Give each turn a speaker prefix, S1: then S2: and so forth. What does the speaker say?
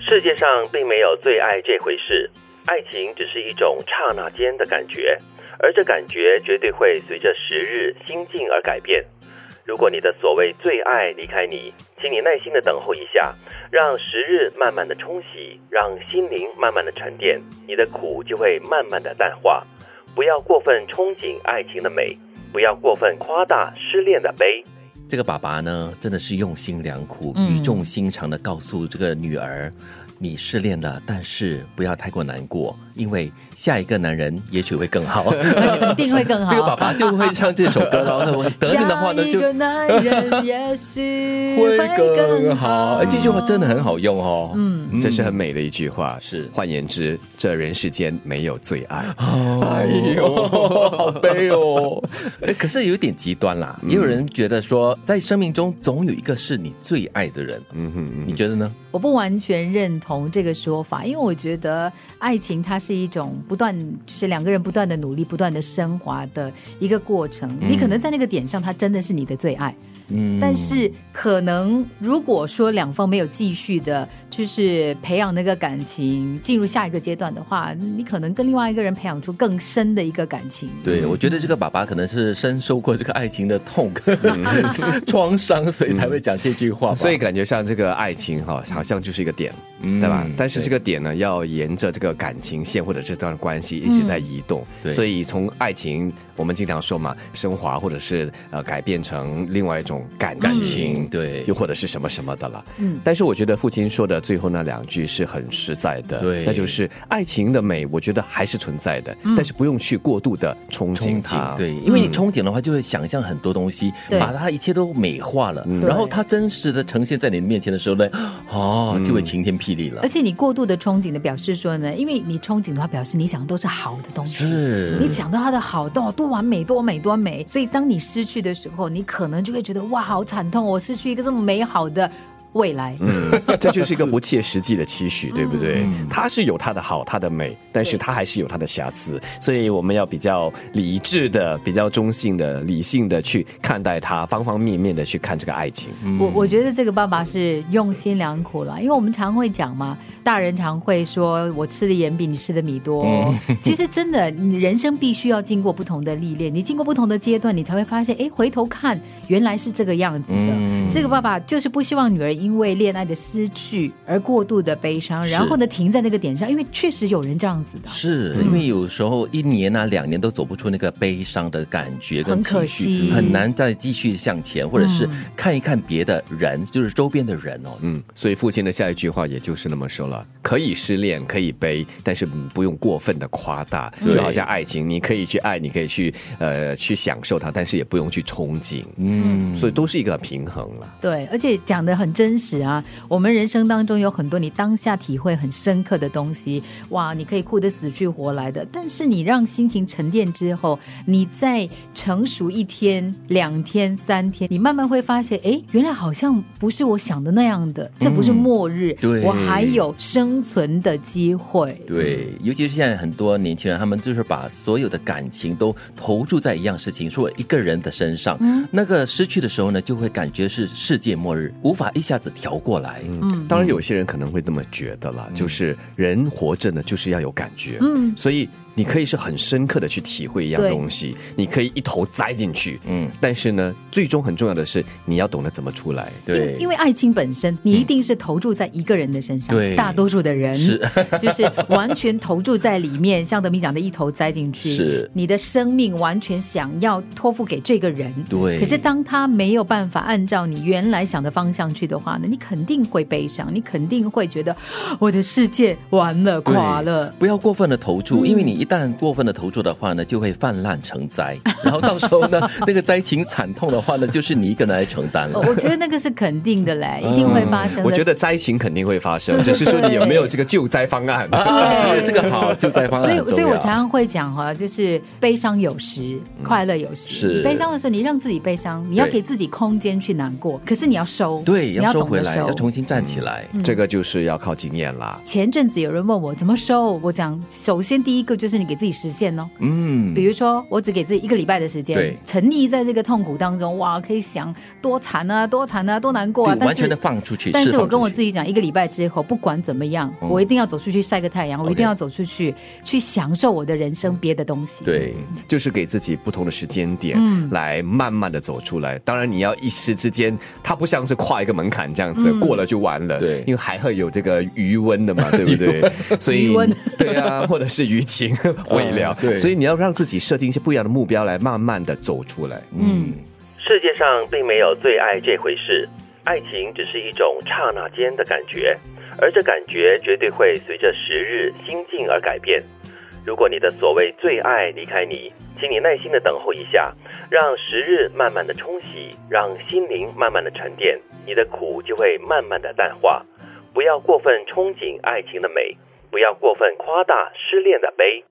S1: 世界上并没有最爱这回事，爱情只是一种刹那间的感觉，而这感觉绝对会随着时日心境而改变。如果你的所谓最爱离开你，请你耐心的等候一下，让时日慢慢的冲洗，让心灵慢慢的沉淀，你的苦就会慢慢的淡化。不要过分憧憬爱情的美，不要过分夸大失恋的悲。
S2: 这个爸爸呢，真的是用心良苦，
S3: 嗯
S2: 语重心长的告诉这个女儿：“你失恋了，但是不要太过难过，因为下一个男人也许会更好。”
S3: 一定会更好。
S2: 这个爸爸就会唱这首歌，然后得病的话呢
S3: 下一
S2: 就
S3: 个男人也许
S2: 会
S3: 更
S2: 更好。哎，这句话真的很好用哦。嗯，
S4: 这是很美的一句话。
S2: 是
S4: 换言之，这人世间没有最爱。
S2: 哎 呦，好悲哦！嗯哎，可是有点极端啦，也有人觉得说，在生命中总有一个是你最爱的人，
S4: 嗯哼嗯
S2: 你觉得呢？
S3: 我不完全认同这个说法，因为我觉得爱情它是一种不断，就是两个人不断的努力、不断的升华的一个过程。你可能在那个点上，他真的是你的最爱，
S2: 嗯，
S3: 但是可能如果说两方没有继续的，就是培养那个感情，进入下一个阶段的话，你可能跟另外一个人培养出更深的一个感情。
S2: 对，我觉得这个爸爸可能是深受过这个爱情的痛、 创伤，所以才会讲这句话吧。嗯
S4: 所以感觉上这个爱情哈，好像就是一个点，对吧？但是这个点呢，要沿着这个感情线或者这段关系一直在移动，
S2: 嗯对
S4: 所以从爱情我们经常说嘛，升华或者是呃改变成另外一种感
S2: 感
S4: 情，
S2: 情对
S4: 又或者是什么什么的了。
S3: 嗯
S4: 但是我觉得父亲说的最后那两句是很实在的，
S2: 对嗯
S4: 那就是爱情的美，我觉得还是存在的，但是不用去过度的憧憬
S2: 憧
S4: 它，
S2: 憬，对，因为你憧憬的话，就会想象很多东西，
S3: 啊嗯对嗯
S2: 把它一切都美化了，
S3: 对
S2: 然后它真实的呈现在你面前的时候呢，哦，就会晴天霹雳了
S3: 嗯而。且你过度的憧憬的表示说呢，因为你憧憬的话，表示你想的都是好的东西，
S2: 是
S3: 你想到它的好多多完美多美多美，所以当你失去的时候，你可能就会觉得哇，好惨痛，我失去一个这么美好的未来。
S4: 嗯，这就是一个不切实际的期许，对不对？
S2: 嗯
S4: 它是有它的好，它的美，但是
S3: 对
S4: 它还是有它的瑕疵，所以我们要比较理智的、比较中性的、理性的去看待它，方方面面的去看这个爱情。
S2: 嗯
S3: 我我觉得这个爸爸是用心良苦了，因为我们常会讲嘛，大人常会说我吃的盐比你吃的米多。 其实真的，你人生必须要经过不同的历练，你经过不同的阶段，你才会发现，哎，回头看原来是这个样子的。这个爸爸就是不希望女儿因为恋爱的失去而过度的悲伤，
S2: 是
S3: 然后呢停在那个点上，因为确实有人这样子的。
S2: 是
S3: 嗯
S2: 因为有时候一年啊、两年都走不出那个悲伤的感觉跟
S3: 很可
S2: 情绪，
S3: 惜嗯
S2: 很难再继续向前，或者是看一看别的人，就是周边的人哦。
S4: 嗯，所以父亲的下一句话也就是那么说了：可以失恋，可以悲，但是不用过分的夸大。
S2: 嗯对
S4: 就好像爱情，你可以去爱，你可以去呃去享受它，但是也不用去憧憬。嗯，所以都是一个平衡了。
S3: 对，而且讲的很真实啊。我们人生当中有很多你当下体会很深刻的东西，哇，你可以哭得死去活来的。但是你让心情沉淀之后，你再成熟一天、两天、三天，你慢慢会发现，哎，原来好像不是我想的那样的，这不是末日，
S2: 对
S3: 我还有生存的机会。
S2: 对，
S3: 嗯
S2: 尤其是现在很多年轻人，他们就是把所有的感情都投注在一样事情，说一个人的身上。
S3: 嗯
S2: 那个失去的时候呢，就会感觉是世界末日，无法一下子调过来。
S3: 嗯
S4: 嗯当然，有些人可能会这么觉得啦，就是人活着呢，就是要有感觉，嗯，所以你可以是很深刻的去体会一样
S3: 对
S4: 东西，你可以一头栽进去，
S2: 嗯
S4: 嗯，但是呢，最终很重要的是你要懂得怎么出来，
S2: 对，
S3: 因为爱情本身，你一定是投注在一个人的身上，
S2: 对
S3: 大多数的人
S2: 是
S3: 就是完全投注在里面，像德明讲的，一头栽进去，
S2: 是
S3: 你的生命完全想要托付给这个人，
S2: 对
S3: 可是当他没有办法按照你原来想的方向去的话呢，你肯定会悲伤，你肯定会觉得我的世界完了，
S2: 对
S3: 垮了。
S2: 不要过分的投
S3: 嗯
S2: 注，因为你一旦过分的投注的话呢，就会泛滥成 灾，然后到时候呢，那个灾情惨痛的话呢，就是你一个人来承担
S3: 哦
S2: 了。
S3: 我觉得那个是肯定的嘞，
S2: 嗯
S3: 一定会发生的。
S4: 我觉得灾情肯定会发生，
S3: 对嗯
S4: 只是说你有
S3: 对
S4: 没有这个救灾方案。
S3: 对
S2: 哎这个好救灾方
S3: 所
S2: 案
S3: 以
S2: 很，
S3: 所
S2: 重
S3: 以我
S2: 要。
S3: 常常会讲哈、就是悲伤有时，快乐有时。
S2: 嗯是
S3: 你悲伤的时候，你让自己悲伤，你要给自己空间去难过，可是你要收，
S2: 对，
S3: 你
S2: 要收
S3: 懂
S2: 回
S3: 得
S2: 来，
S3: 收嗯
S2: 要。重新站起来。
S4: 这个就是要靠经验啦。
S3: 前阵子有人问我怎么收，我讲，首先第一个就是就是你给自己实现哦。
S2: 嗯
S3: 比如说，我只给自己一个礼拜的时间
S2: 对，
S3: 沉溺在这个痛苦当中，哇，可以想多惨啊，多惨啊，多难过啊
S2: 对，，
S3: 但
S2: 完全
S3: 是
S2: 的放出去，
S3: 但
S2: 释
S3: 是
S2: 放
S3: 我跟
S2: 出
S3: 我
S2: 去
S3: 自己讲，一个礼拜之后，不管怎么样，我一定要走出去晒个太阳，我一定
S2: OK
S3: 要走出去去享受我的人
S2: 嗯
S3: 生别的东西。，
S2: 对
S4: 就是给自己不同的时间点，
S3: 嗯
S4: 来慢慢的走出来。当然，你要一时之间，它不像是跨一个门槛这样
S3: 嗯
S4: 子，过了就完了。
S2: 对
S4: 因为还会有这个余温 的嘛，对不对？所以
S3: 余温，啊
S4: 对啊，或者是余情 未了。
S2: 对
S4: 所以你要让自己设定一些不一样的目标，来慢慢的走出来。
S3: 嗯，
S1: 世界上并没有最爱这回事，爱情只是一种刹那间的感觉，而这感觉绝对会随着时日心境而改变。如果你的所谓最爱离开你，请你耐心的等候一下，让时日慢慢的冲洗，让心灵慢慢的沉淀，你的苦就会慢慢的淡化。不要过分憧憬爱情的美，不要过分夸大失恋的悲。